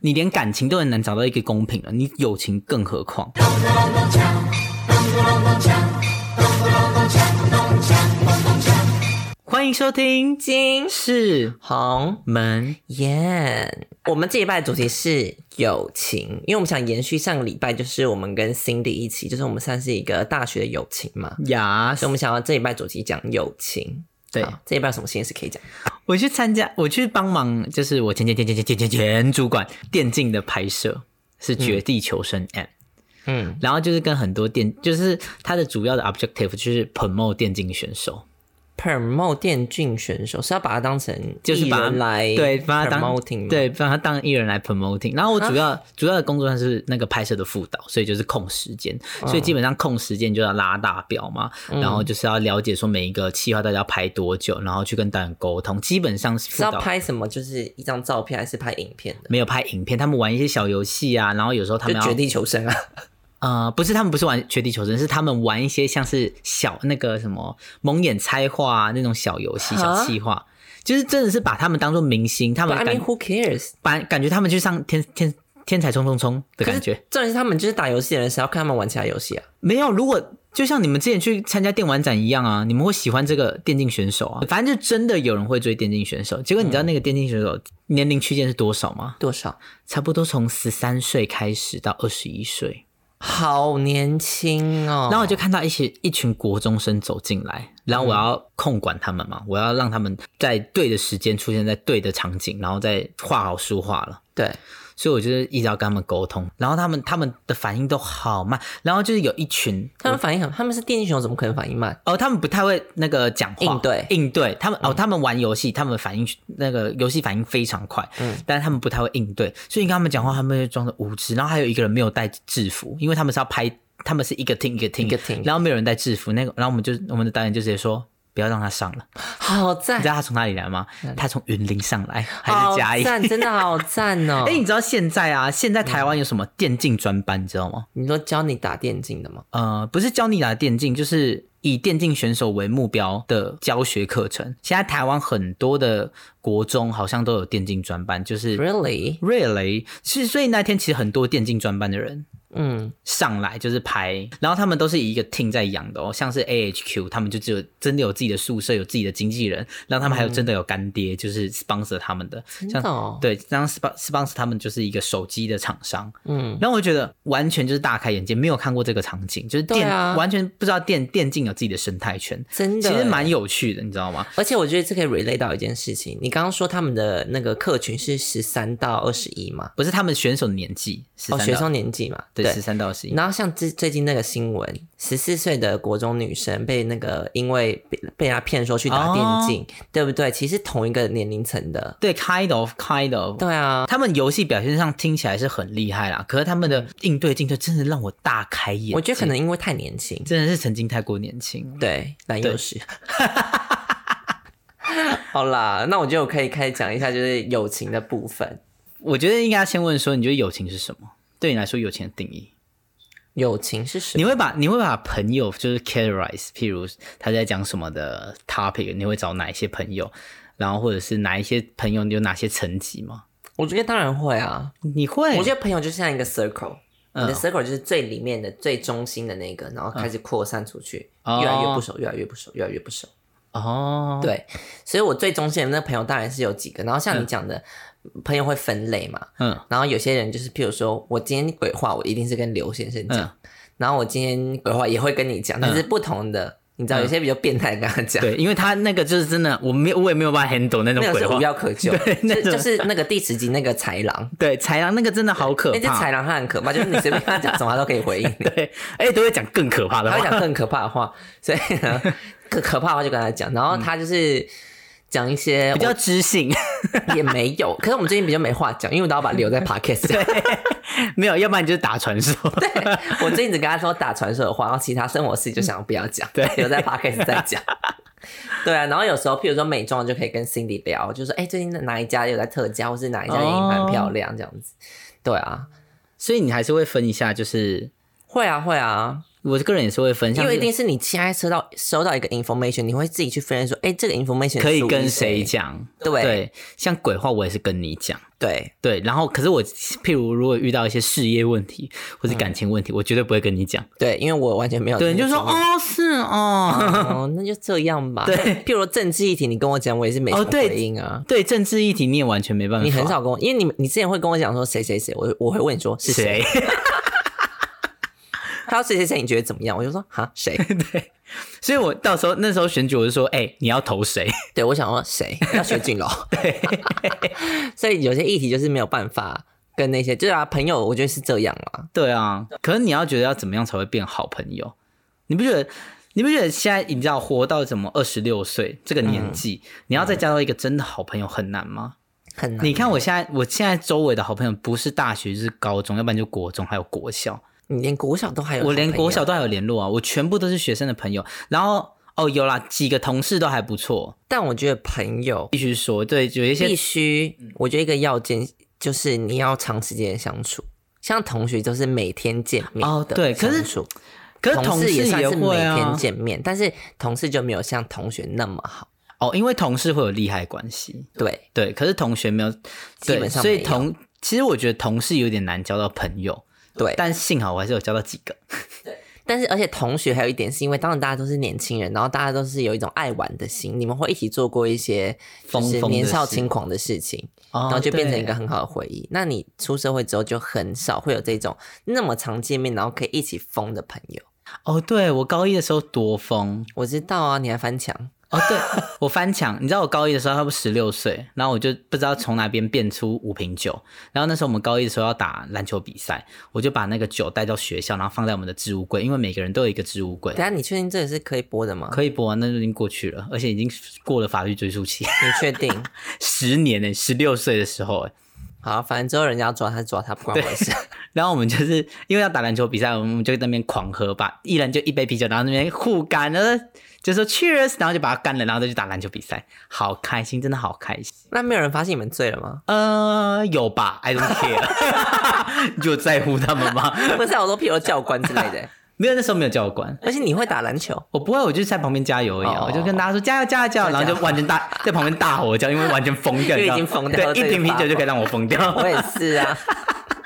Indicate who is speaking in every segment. Speaker 1: 你连感情都很难找到一个公平了，你友情更何况。欢迎收听《
Speaker 2: 金
Speaker 1: 是
Speaker 2: 红
Speaker 1: 门
Speaker 2: 耶我们这一拜的主题是友情，因为我们想延续上个礼拜，就是我们跟 Cindy 一起，就是我们算是一个大学的友情嘛，
Speaker 1: 牙》
Speaker 2: 所以我们想要这一拜主题讲友情。
Speaker 1: 对
Speaker 2: 好，这一拜有什么心事可以讲？
Speaker 1: 我去参加，我去帮忙，就是我前前前前前前前前主管电竞的拍摄是《绝地求生 M》
Speaker 2: 嗯，
Speaker 1: 然后就是跟很多电，就是它的主要的 objective 就是 promote 电竞选手，
Speaker 2: promote 电竞选手是要把它当成
Speaker 1: 就是
Speaker 2: 艺
Speaker 1: 把它
Speaker 2: 人来
Speaker 1: 对把它当
Speaker 2: promoting 吗，啊
Speaker 1: 对把它当艺人来 promoting。然后我主要、主要的工作是那个拍摄的副导，所以就是控时间，
Speaker 2: 啊
Speaker 1: 所以基本上控时间就要拉大表嘛，
Speaker 2: 嗯
Speaker 1: 然后就是要了解说每一个企划到底要拍多久，然后去跟导演沟通，基本上是
Speaker 2: 是
Speaker 1: 副
Speaker 2: 要
Speaker 1: 导。
Speaker 2: 拍什么？就是一张照片还是拍影片的？
Speaker 1: 没有拍影片，他们玩一些小游戏啊，然后有时候他们
Speaker 2: 就
Speaker 1: 要
Speaker 2: 绝地求生啊！
Speaker 1: 呃，不是他们不是玩绝地求生，是他们玩一些像是小那个什么蒙眼猜画、啊、那种小游戏、小
Speaker 2: 啊
Speaker 1: 气话，就是真的是把他们当做明星，他
Speaker 2: But
Speaker 1: 们
Speaker 2: I
Speaker 1: 感
Speaker 2: mean, who cares？
Speaker 1: 把感觉他们去上天天天才冲冲冲的感
Speaker 2: 可
Speaker 1: 觉
Speaker 2: 是。重点是他们就是打游戏的人，谁要看他们玩其他游戏啊？
Speaker 1: 没有，如果就像你们之前去参加电玩展一样啊，你们会喜欢这个电竞选手啊，反正就真的有人会追电竞选手。结果你知道那个电竞选手年龄区间是多少吗？
Speaker 2: 多少？
Speaker 1: 差不多从十三岁开始到二十一岁。
Speaker 2: 好年轻哦！
Speaker 1: 然后我就看到一些一群国中生走进来，然后我要控管他们嘛，我要让他们在对的时间出现在对的场景，然后再画好书画了。
Speaker 2: 对，
Speaker 1: 所以我就是一直要跟他们沟通，然后他们他们的反应都好慢，然后就是有一群
Speaker 2: 他们反应很，他们是电竞选手，怎么可能反应慢？
Speaker 1: 哦，他们不太会那个讲话
Speaker 2: 应对嗯
Speaker 1: 应对，他们哦，他们玩游戏，他们反应那个游戏反应非常快，嗯，但是他们不太会应对，所以你跟他们讲话，他们就装着无知。然后还有一个人没有带制服，因为他们是要拍，他们是一个 team 一个 team
Speaker 2: 一个 team
Speaker 1: 然后没有人带制服，那个，然后我们就我们的导演就直接说。不要让他上了，
Speaker 2: 好赞
Speaker 1: 你知，道他从哪里来吗？他
Speaker 2: 嗯
Speaker 1: 从云林上来，还
Speaker 2: 好
Speaker 1: 是嘉义？
Speaker 2: 赞，真的好赞 哦！
Speaker 1: 哎、你知道现在啊，现
Speaker 2: 嗯
Speaker 1: 在台湾有什么电竞专班，你知道吗？
Speaker 2: 你说教你打电竞的吗？
Speaker 1: 呃，不是教你打电竞，就是以电竞选手为目标的教学课程。现在台湾很多的国中好像都有电竞专班，就是
Speaker 2: Really？
Speaker 1: really，是所以那天其实很多电竞专班的人
Speaker 2: 嗯，
Speaker 1: 上来就是排，然后他们都是以一个 team 在养的哦，像是 AHQ，他们就只有真的有自己的宿舍，有自己的经纪人，然后他们还有真的有干爹，就是 sponsor 他们的，
Speaker 2: 嗯真
Speaker 1: 像
Speaker 2: 的哦。
Speaker 1: 对，这样 spon- sponsor 他们就是一个手机的厂商，
Speaker 2: 嗯，
Speaker 1: 然后我觉得完全就是大开眼界，没有看过这个场景，就是电、
Speaker 2: 对啊
Speaker 1: 完全不知道电电竞有自己的生态圈，
Speaker 2: 真的。
Speaker 1: 其实蛮有趣的，你知道吗？
Speaker 2: 而且我觉得这可以 relate 到一件事情，你刚刚说他们的那个客群是十三到二十一嘛？
Speaker 1: 不是他们选手的年纪，十
Speaker 2: 哦，
Speaker 1: 三
Speaker 2: 学
Speaker 1: 到、
Speaker 2: 生年纪嘛，
Speaker 1: 对十三到十一，
Speaker 2: 然后像最最近那个新闻，十四岁的国中女生被那个因为被被他骗说去打电竞，对不对？其实同一个年龄层的，
Speaker 1: 对，kind of kind of。
Speaker 2: 对啊，
Speaker 1: 他们游戏表现上听起来是很厉害啦，可是他们的应对进退真的让我大开眼界。
Speaker 2: 嗯我觉得可能因为太年轻，
Speaker 1: 真的是曾经太过年轻了。
Speaker 2: 对，男友是。好啦，那我觉得我可以开始讲一下就是友情的部分。
Speaker 1: 我觉得应该先问说，你觉得友情是什么？对你来说，友情的定义？
Speaker 2: 友情是什么？
Speaker 1: 你会把你会把朋友就是 categorize，譬如他在讲什么的 topic，你会找哪一些朋友，然后或者是哪一些朋友有哪些层级吗？
Speaker 2: 我觉得当然会啊，
Speaker 1: 你会？
Speaker 2: 我觉得朋友就像一个 circle，、
Speaker 1: 嗯
Speaker 2: 你的 circle 就是最里面的、最中心的那个，然后开始扩散出去，
Speaker 1: 哦
Speaker 2: 越来越不熟，越来越不熟，越来越不熟。
Speaker 1: 哦，
Speaker 2: 对，所以我最中心的那个朋友当然是有几个，然后像你讲的，朋友会分类嘛，
Speaker 1: 嗯
Speaker 2: 然后有些人就是，譬如说我今天鬼话，我一定是跟刘先生讲，
Speaker 1: 嗯，
Speaker 2: 然后我今天鬼话也会跟你讲，但是不同的，你知道有些比较变态，跟他讲。
Speaker 1: 对，因为他那个就是真的，我没有我也没有办法 handle 那种
Speaker 2: 那个
Speaker 1: 鬼
Speaker 2: 是
Speaker 1: 话
Speaker 2: 无。药可救，
Speaker 1: 对那
Speaker 2: 就
Speaker 1: 种
Speaker 2: 就是那个第十集那个豺狼，
Speaker 1: 对，豺狼那个真的好可
Speaker 2: 那只豺
Speaker 1: 怕。
Speaker 2: 狼它很可怕，就是你随便跟他讲什么，它都可以回应你，
Speaker 1: 对，哎，都会讲更可怕的
Speaker 2: 他会
Speaker 1: 话。
Speaker 2: 讲更可怕的话，所以呢，可可怕的话就跟他讲，然后他就是讲一些
Speaker 1: 嗯比较知性，
Speaker 2: 也没有，可是我们最近比较没话讲，因为我都要把留 在 podcast 讲。
Speaker 1: 没有，要不然你就是打传说。
Speaker 2: 我最近只跟他说打传说的话，然后其他生活事就想要不要讲，
Speaker 1: 对
Speaker 2: 留在 podcast 再讲。 对啊，然后有时候譬如说美妆就可以跟 Cindy 聊，就说哎、最近哪一家有在特价，或是哪一家的影蛮
Speaker 1: 哦
Speaker 2: 漂亮这样子。对啊，
Speaker 1: 所以你还是会分一下，就是
Speaker 2: 会啊会啊，
Speaker 1: 我个人也是会分，
Speaker 2: 因
Speaker 1: 像
Speaker 2: 为
Speaker 1: 是
Speaker 2: 一定是你现在收到收到一个 information，你会自己去分辨说，哎、这个 information
Speaker 1: 可以
Speaker 2: 属于
Speaker 1: 跟
Speaker 2: 谁
Speaker 1: 谁？讲，
Speaker 2: 对
Speaker 1: 对，像鬼话我也是跟你讲。
Speaker 2: 对，
Speaker 1: 对，然后可是我，譬如如果遇到一些事业问题或者
Speaker 2: 嗯
Speaker 1: 感情问题，我绝对不会跟你讲。
Speaker 2: 对，因为我完全没有
Speaker 1: 对，你
Speaker 2: 这
Speaker 1: 就
Speaker 2: 个
Speaker 1: 说
Speaker 2: 经验。
Speaker 1: 哦，是哦，
Speaker 2: 哦，那就这样吧。
Speaker 1: 对
Speaker 2: 譬如政治议题，你跟我讲，我也是没什
Speaker 1: 哦
Speaker 2: 么
Speaker 1: 对
Speaker 2: 回应啊。
Speaker 1: 对，政治议题你也完全没办法，
Speaker 2: 你很少跟我，因为你你之前会跟我讲说谁谁谁，我我会问你说是谁，
Speaker 1: 谁
Speaker 2: 他说谁谁谁，你觉得怎么样？我就说哈 谁，
Speaker 1: 对，所以我到时候那时候选举，我就说，哎、你要投谁？
Speaker 2: 对我想说谁要选俊龙，
Speaker 1: 对，
Speaker 2: 所以有些议题就是没有办法跟那些，对啊，朋友我觉得是这样啦。
Speaker 1: 对啊，可是你要觉得要怎么样才会变好朋友？你不觉得？你不觉得现在你知道活到什么二十六岁这个
Speaker 2: 嗯
Speaker 1: 年纪，你要再交到一个真的好朋友很难吗？
Speaker 2: 很难。
Speaker 1: 你看我现在，我现在周围的好朋友不是大学就是高中，要不然就国中，还有国小。
Speaker 2: 你连国小都还有，
Speaker 1: 我连国小都还有联络啊，我全部都是学生的朋友。然后哦，有啦，几个同事都还不错，
Speaker 2: 但我觉得朋友
Speaker 1: 必须说，对，有一
Speaker 2: 必
Speaker 1: 些
Speaker 2: 须，我觉得一个要件就是你要长时间相处，像同学都是每天见面
Speaker 1: 哦
Speaker 2: 的
Speaker 1: 对可是
Speaker 2: 相处
Speaker 1: 可是
Speaker 2: 同
Speaker 1: 同事
Speaker 2: 也算是每
Speaker 1: 会
Speaker 2: 天
Speaker 1: 啊。
Speaker 2: 见面，但是同事就没有像同学那么好，
Speaker 1: 哦，因为同事会有利害关系，
Speaker 2: 对，
Speaker 1: 对，可是同学没有，
Speaker 2: 基
Speaker 1: 对，
Speaker 2: 本上
Speaker 1: 所以
Speaker 2: 没有
Speaker 1: 同其实我觉得同事有点难交到朋友，
Speaker 2: 对
Speaker 1: 但幸好我还是有交到几个。
Speaker 2: 但是而且同学还有一点是因为，当然大家都是年轻人，然后大家都是有一种爱玩的心，你们会一起做过一些就
Speaker 1: 疯
Speaker 2: 是
Speaker 1: 疯的
Speaker 2: 年少
Speaker 1: 事哦
Speaker 2: 轻狂的事情，
Speaker 1: 然
Speaker 2: 然后就变成一个很好的回忆。那你出社会之后就很少会有这种那么常见面，然后可以一起疯的朋友。
Speaker 1: 哦，对我高一的时候多疯，
Speaker 2: 我知道啊，你还翻墙，
Speaker 1: 哦，对我翻墙，你知道我高一的时候差不多十六岁，然后我就不知道从哪边变出五瓶酒，然后那时候我们高一的时候要打篮球比赛，我就把那个酒带到学校，然后放在我们的置物柜，因为每个人都有一个置物柜
Speaker 2: 等，下你确定这个是可以播 的吗？
Speaker 1: 可以播、啊，那就已经过去了，而且已经过了法律追溯期，
Speaker 2: 你确定？
Speaker 1: 十年呢、十六岁的时候、欸，
Speaker 2: 好，反正之后人家要抓他抓他，不关我的事。
Speaker 1: 然后我们就是因为要打篮球比赛，我们就在那边狂喝吧，一人就一杯啤酒，然后那边互干，然后就说 cheers，然后就把它干了，然后再去打篮球比赛，好开心，真的好开心。
Speaker 2: 那没有人发现你们醉了吗？
Speaker 1: 呃，有吧？I don't care，你有在乎他们吗？
Speaker 2: 不是啊，我都譬如教官之类的、
Speaker 1: 没有，那时候没有教官，
Speaker 2: 而且你会打篮球，
Speaker 1: 我不会，我就是在旁边加油而已啊、
Speaker 2: 哦
Speaker 1: 我就跟大家说加油加油加油，
Speaker 2: 加
Speaker 1: 然
Speaker 2: 油
Speaker 1: 后就完全大 在旁边大吼叫，因为完全疯掉，你知
Speaker 2: 因为
Speaker 1: 道
Speaker 2: 已经疯掉了
Speaker 1: 对，
Speaker 2: 所
Speaker 1: 一
Speaker 2: 以
Speaker 1: 瓶啤
Speaker 2: 发
Speaker 1: 酒就
Speaker 2: 疯
Speaker 1: 可以让我疯掉。
Speaker 2: 我也是啊。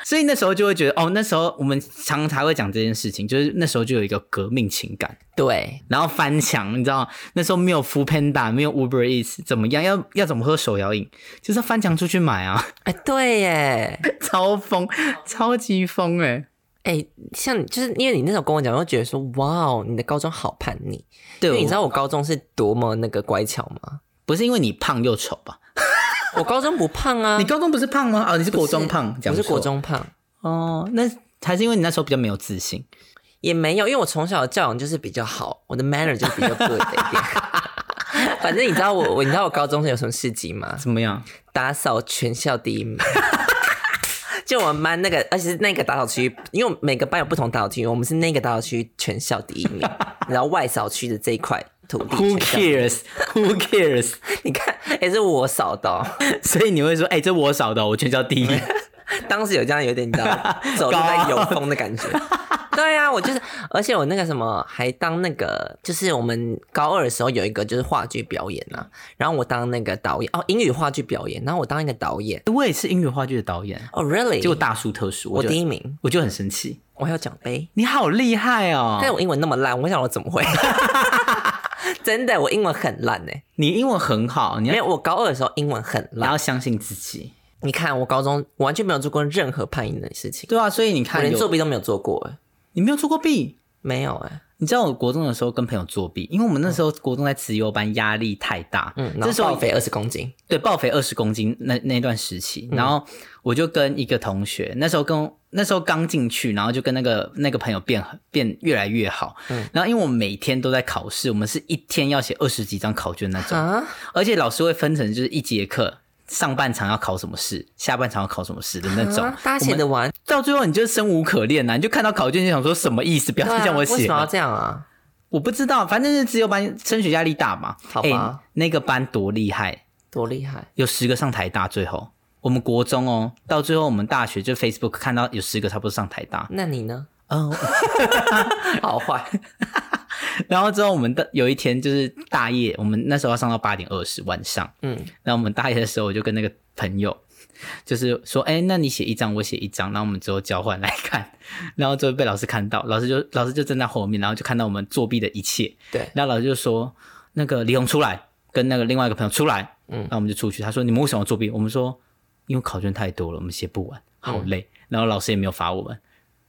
Speaker 1: 所以那时候就会觉得，哦，那时候我们常常会讲这件事情，就是那时候就有一个革命情感。
Speaker 2: 对，
Speaker 1: 然后翻墙，你知道那时候没有 Food Panda，没有 Uber Eats，怎么样？要要怎么喝手摇饮？就是要翻墙出去买啊，
Speaker 2: 哎、对耶，
Speaker 1: 超疯，超级疯哎、
Speaker 2: 哎、像你就是因为你那时候跟我讲，我就觉得说，哇哦，你的高中好叛逆。
Speaker 1: 对
Speaker 2: 因为你
Speaker 1: 我
Speaker 2: 知道我高中是多么那个乖巧吗？
Speaker 1: 不是因为你胖又丑吧？
Speaker 2: 我高中不胖 啊，
Speaker 1: 你高中不是胖吗？哦，你是国中胖，讲
Speaker 2: 我是
Speaker 1: 错
Speaker 2: 国中胖，
Speaker 1: 哦，那还是因为你那时候比较没有自信。
Speaker 2: 也没有，因为我从小的教养就是比较好，我的 manner 就是比较 good 一点。 反正你知道我，我你知道我高中是有什么事迹吗？
Speaker 1: 怎么样？
Speaker 2: 打扫全校第一名。 就我们班那个，而且是那个打扫区，因为每个班有不同打扫区，我们是那个打扫区全校第一名，然后外扫区的这一块土地
Speaker 1: Who
Speaker 2: 全校第一
Speaker 1: cares? Who cares?
Speaker 2: 你看，也、是我扫的哦、
Speaker 1: 所以你会说，哎、这我扫的，我全校第一。
Speaker 2: 当时有这样有点，你知 道，走路在有风的感觉。对啊，我就是，而且我那个什么，还当那个，就是我们高二的时候有一个就是话剧表演啊，然后我当那个导演，哦，英语话剧表演，然后我当一个导演，
Speaker 1: 我也是英语话剧的导演，
Speaker 2: 哦，really，
Speaker 1: 结果大书特书，
Speaker 2: 我
Speaker 1: 我就
Speaker 2: 第一名，
Speaker 1: 我就很生气。
Speaker 2: 我还有奖杯。
Speaker 1: 你好厉害哦！
Speaker 2: 但我英文那么烂，我想我怎么会？ 真的，我英文很烂呢、
Speaker 1: 你英文很好，你
Speaker 2: 没
Speaker 1: 要
Speaker 2: 有，我高二的时候英文很
Speaker 1: 你
Speaker 2: 烂。
Speaker 1: 要相信自己。
Speaker 2: 你看，我高中我完全没有做过任何叛逆的事情，
Speaker 1: 对啊，所以你
Speaker 2: 我
Speaker 1: 看
Speaker 2: 连
Speaker 1: 有，
Speaker 2: 作弊都没有做过、欸，
Speaker 1: 你没有做过弊。
Speaker 2: 没有哎、
Speaker 1: 你知道我国中的时候跟朋友作弊，因为我们那时候国中在自由班压力太大，
Speaker 2: 嗯，然
Speaker 1: 这时
Speaker 2: 后
Speaker 1: 候
Speaker 2: 报废二十公斤，
Speaker 1: 对，暴肥二十公斤那那段时期，
Speaker 2: 嗯
Speaker 1: 然后我就跟一个同学，那时候跟那时候刚进去，然后就跟那个那个朋友变很变越来越好。
Speaker 2: 嗯
Speaker 1: 然后因为我们每天都在考试，我们是一天要写二十几张考卷那种，
Speaker 2: 啊，
Speaker 1: 而且老师会分成就是一节课上半场要考什么事，下半场要考什么事的那种。
Speaker 2: 啊大家写得完，
Speaker 1: 到最后你就生无可恋呐、你就看到考卷就想说什么意思？不要
Speaker 2: 对
Speaker 1: 再
Speaker 2: 啊
Speaker 1: 叫我
Speaker 2: 为
Speaker 1: 写
Speaker 2: 什么要
Speaker 1: 了。
Speaker 2: 这样啊？
Speaker 1: 我不知道，反正是自由班升学压力大嘛。
Speaker 2: 好吧
Speaker 1: 欸那个班多厉害，
Speaker 2: 多厉害！
Speaker 1: 有十个上台大，最后我们国中哦，到最后我们大学就 Facebook 看到有十个差不多上台大，
Speaker 2: 那你呢？
Speaker 1: 嗯、
Speaker 2: 好坏，
Speaker 1: 然后之后我们的有一天就是大夜，我们那时候要上到八点二十晚上，
Speaker 2: 嗯，
Speaker 1: 那我们大一的时候，我就跟那个朋友，就是说，哎、那你写一张，我写一张，然后我们之后交换来看， 然后最后被老师看到，老师就老师就站在后面，然后就看到我们作弊的一切，
Speaker 2: 对
Speaker 1: 然后老师就说，那个李红出来，跟那个另外一个朋友出来，
Speaker 2: 嗯
Speaker 1: 嗯，那我们就出去，他说你们为什么要作弊？我们说因为考卷太多了，我们写不完，好
Speaker 2: 嗯
Speaker 1: 累，然后老师也没有罚我们，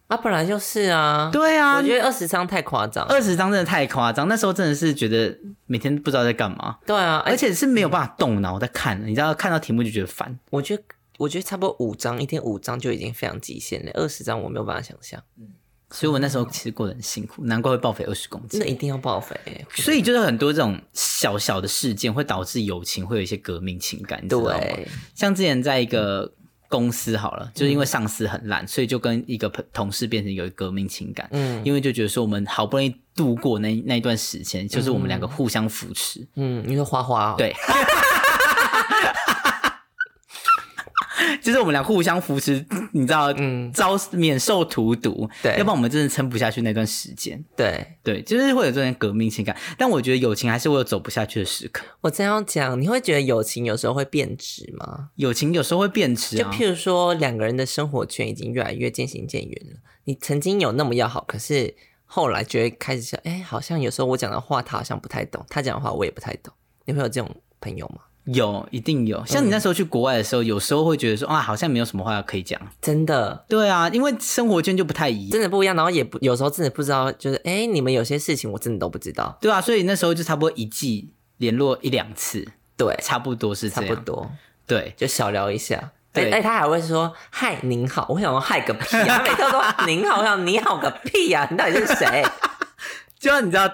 Speaker 2: 啊，本来就是啊，
Speaker 1: 对啊
Speaker 2: 我，觉得二十张太夸张，
Speaker 1: 二十张真的太夸张，那时候真的是觉得每天不知道在干嘛。
Speaker 2: 对啊，而
Speaker 1: 而
Speaker 2: 且
Speaker 1: 且是没有办法动脑在看，你知道看到题目就觉得烦，
Speaker 2: 我觉得我觉得差不多五张，一天五张就已经非常极限了，二十张我没有办法想象，
Speaker 1: 所以我那时候其实过得很辛苦，难怪会报废二十公斤
Speaker 2: 那。一定要报废、欸，
Speaker 1: 所以就是啊很多这种小小的事件会导致友情会有一些革命情感，你知道吗？
Speaker 2: 对，
Speaker 1: 像之前在一个
Speaker 2: 嗯
Speaker 1: 公司好了，就是因为上司很烂，所以就跟一个朋同事变成有革命情感，
Speaker 2: 嗯
Speaker 1: 因为就觉得说我们好不容易度过那那一段时间，就是我们两个互相扶持，
Speaker 2: 嗯，你说花花、哦，，
Speaker 1: 对。就是我们俩互相扶持，你知道，
Speaker 2: 嗯
Speaker 1: 遭免受荼毒，
Speaker 2: 对
Speaker 1: 要不然我们真的撑不下去那段时间。
Speaker 2: 对
Speaker 1: 对，就是会有这种革命情感，但我觉得友情还是会有走不下去的时刻。
Speaker 2: 我这样讲，你会觉得友情有时候会变质吗？
Speaker 1: 友情有时候会变质
Speaker 2: 就
Speaker 1: 啊，
Speaker 2: 譬如说，两个人的生活圈已经越来越渐行渐远了。你曾经有那么要好，可是后来就会开始想，哎、好像有时候我讲的话他好像不太懂，他讲的话我也不太懂。你会有这种朋友吗？
Speaker 1: 有一定有。
Speaker 2: 嗯
Speaker 1: 像你那时候去国外的时候，有时候会觉得说啊，好像没有什么话可以讲。
Speaker 2: 真的，
Speaker 1: 对啊，因为生活圈就不太一样。
Speaker 2: 真的不一样。然后也不有时候真的不知道，就是哎、诶你们有些事情我真的都不知道。
Speaker 1: 对啊，所以那时候就差不多一季联络一两次，
Speaker 2: 对，
Speaker 1: 差不多是
Speaker 2: 差
Speaker 1: 这
Speaker 2: 不
Speaker 1: 样。
Speaker 2: 多
Speaker 1: 对，
Speaker 2: 就小聊一下。哎、
Speaker 1: 对
Speaker 2: 哎他还会说“嗨，您好”，我想说“嗨个屁啊！”每次都说“您好”，我想你好个屁呀、你到底是谁？
Speaker 1: 就你知道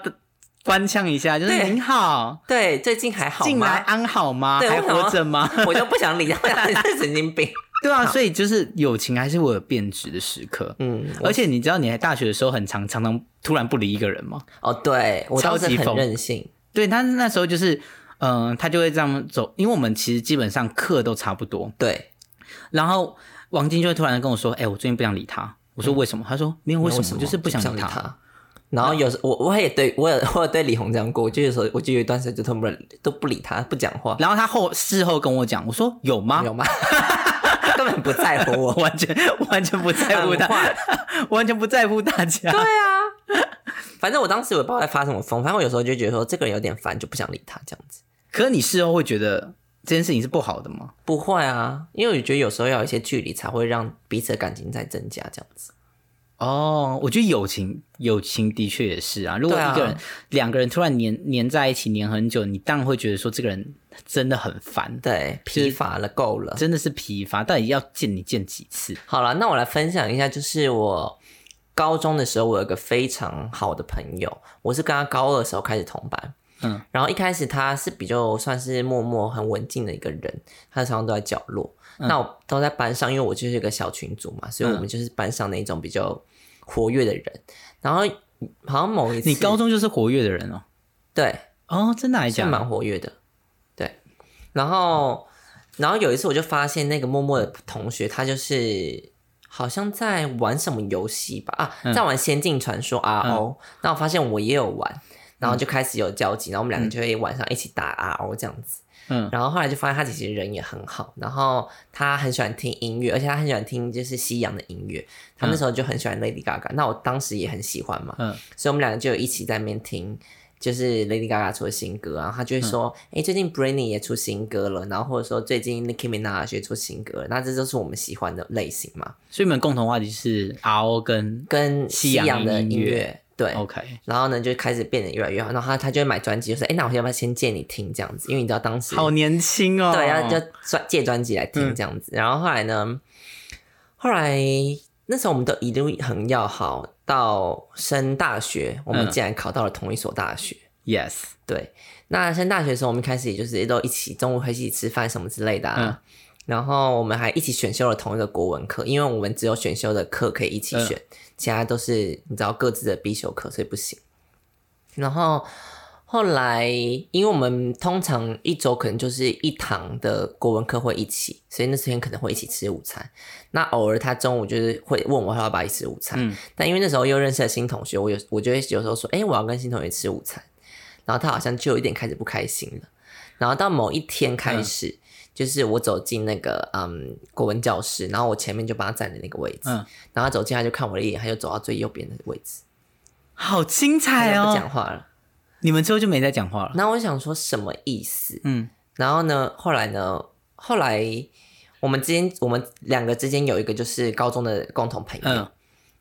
Speaker 1: 官腔一下，就是
Speaker 2: 对
Speaker 1: 您好，
Speaker 2: 对，最近还好
Speaker 1: 近来
Speaker 2: 吗？
Speaker 1: 安好吗？
Speaker 2: 对
Speaker 1: 还
Speaker 2: 我想说
Speaker 1: 活着 吗？
Speaker 2: 我就不想理他，我想你是神经病。
Speaker 1: 对啊，所以就是友情还是会有变质的时刻。
Speaker 2: 嗯，
Speaker 1: 而且你知道你在大学的时候很常常常突然不理一个人吗？
Speaker 2: 哦，对我当时
Speaker 1: 超级
Speaker 2: 很
Speaker 1: 疯
Speaker 2: 任性，
Speaker 1: 对他那时候就是，嗯、他就会这样走，因为我们其实基本上课都差不多，
Speaker 2: 对，
Speaker 1: 然后王晶就会突然跟我说：“哎、我最近不想理他。”我说：“为什么？”他说：“嗯没有为什么，就是不想理他。。
Speaker 2: 然后有时我我也对我有我有对李红这样过，我就有时候我就有一段时间就都不都不理他，不讲话”，
Speaker 1: 然后他后事后跟我讲，我说：“有吗
Speaker 2: 没有吗？ 根本不在 乎
Speaker 1: 我
Speaker 2: 我。
Speaker 1: 完全完全不在乎他
Speaker 2: 很坏，
Speaker 1: 完全不在乎大家。
Speaker 2: 对啊，反正我当时我也不知道在发什么疯，反正我有时候就觉得说这个人有点烦，就不想理他这样子。
Speaker 1: 可是你事后会觉得这件事情是不好的吗？
Speaker 2: 不会啊，因为我觉得有时候要有一些距离，才会让彼此的感情再增加这样子。
Speaker 1: 哦，我觉得友情，友情的确也是啊。如果
Speaker 2: 对啊
Speaker 1: 一个人、两个人突然黏黏在一起，黏很久，你当然会觉得说这个人真的很烦，
Speaker 2: 对，
Speaker 1: 是
Speaker 2: 疲乏了，够了。
Speaker 1: 真的是疲乏，到底要见你见几次？
Speaker 2: 好了，那我来分享一下，就是我高中的时候，我有一个非常好的朋友，我是跟他高二的时候开始同班。
Speaker 1: 嗯，
Speaker 2: 然后一开始他是比较算是默默很文静的一个人，他常常都在角落。
Speaker 1: 嗯
Speaker 2: 那我都在班上，因为我就是一个小群组嘛，所以我们就是班上那种比较活跃的人。然后好像某一次，
Speaker 1: 你高中就是活跃的人哦。
Speaker 2: 对
Speaker 1: 哦，真的还
Speaker 2: 是
Speaker 1: 假
Speaker 2: 蛮
Speaker 1: 的？
Speaker 2: 活跃的，对。然后，然后有一次我就发现那个默默的同学，他就是好像在玩什么游戏吧，啊，在玩《仙境传说》RO、那我发现我也有玩，然后就开始有交集，然后我们两个就会晚上一起打 RO 这样子。
Speaker 1: 嗯，
Speaker 2: 然后后来就发现他其实人也很好，然后他很喜欢听音乐，而且他很喜欢听就是西洋的音乐。他那时候就很喜欢 Lady Gaga，、那我当时也很喜欢嘛，
Speaker 1: 嗯
Speaker 2: 所以我们两个就一起在那边听，就是 Lady Gaga 出的新歌啊，然后他就
Speaker 1: 嗯
Speaker 2: 会说，哎、最近 Britney 也出新歌了，然后或者说最近 Nicki Minaj 也出新歌了，那这就是我们喜欢的类型嘛，
Speaker 1: 所以你们共同话题是 RO 跟
Speaker 2: 跟
Speaker 1: 西
Speaker 2: 西
Speaker 1: 洋
Speaker 2: 洋的
Speaker 1: 音
Speaker 2: 音
Speaker 1: 乐
Speaker 2: 乐，对。
Speaker 1: OK。
Speaker 2: 然后呢，就开始变得越来越好。然后他他就会买专辑，就说：“哎，那我要不要先借你听这样子？因为你知道当时
Speaker 1: 好年轻哦。嗯
Speaker 2: 对，然后就专借专辑来听这样子。然后后来呢，后来那时候我们都一路很要好，到升大学，我们
Speaker 1: 嗯
Speaker 2: 竟然考到了同一所大学。
Speaker 1: Yes，
Speaker 2: 对，那升大学的时候，我们开始也就是都一起中午会一起吃饭什么之类的、啊。然后我们还一起选修了同一个国文课，因为我们只有选修的课可以一起选，其他都是你知道各自的必修课，所以不行。然后后来，因为我们通常一周可能就是一堂的国文课会一起，所以那时间可能会一起吃午餐。那偶尔他中午就是会问我要不要一起吃午餐，
Speaker 1: 嗯
Speaker 2: 但因为那时候又认识了新同学，我有我就会有时候说，哎、我要跟新同学吃午餐，然后他好像就有一点开始不开心了。然后到某一天开始，就是我走进那个嗯国文教室，然后我前面就帮他占的那个位置，
Speaker 1: 嗯，
Speaker 2: 然后他走进他就看我的一眼，他就走到最右边的位置，
Speaker 1: 好精
Speaker 2: 他
Speaker 1: 彩
Speaker 2: 就不
Speaker 1: 哦
Speaker 2: 讲！话了。
Speaker 1: 你们之后就没再讲话了。
Speaker 2: 然后我就想说什么意思？
Speaker 1: 嗯
Speaker 2: 然后呢，后来呢，后来我们之间，我们两个之间有一个就是高中的共同朋友，
Speaker 1: 嗯，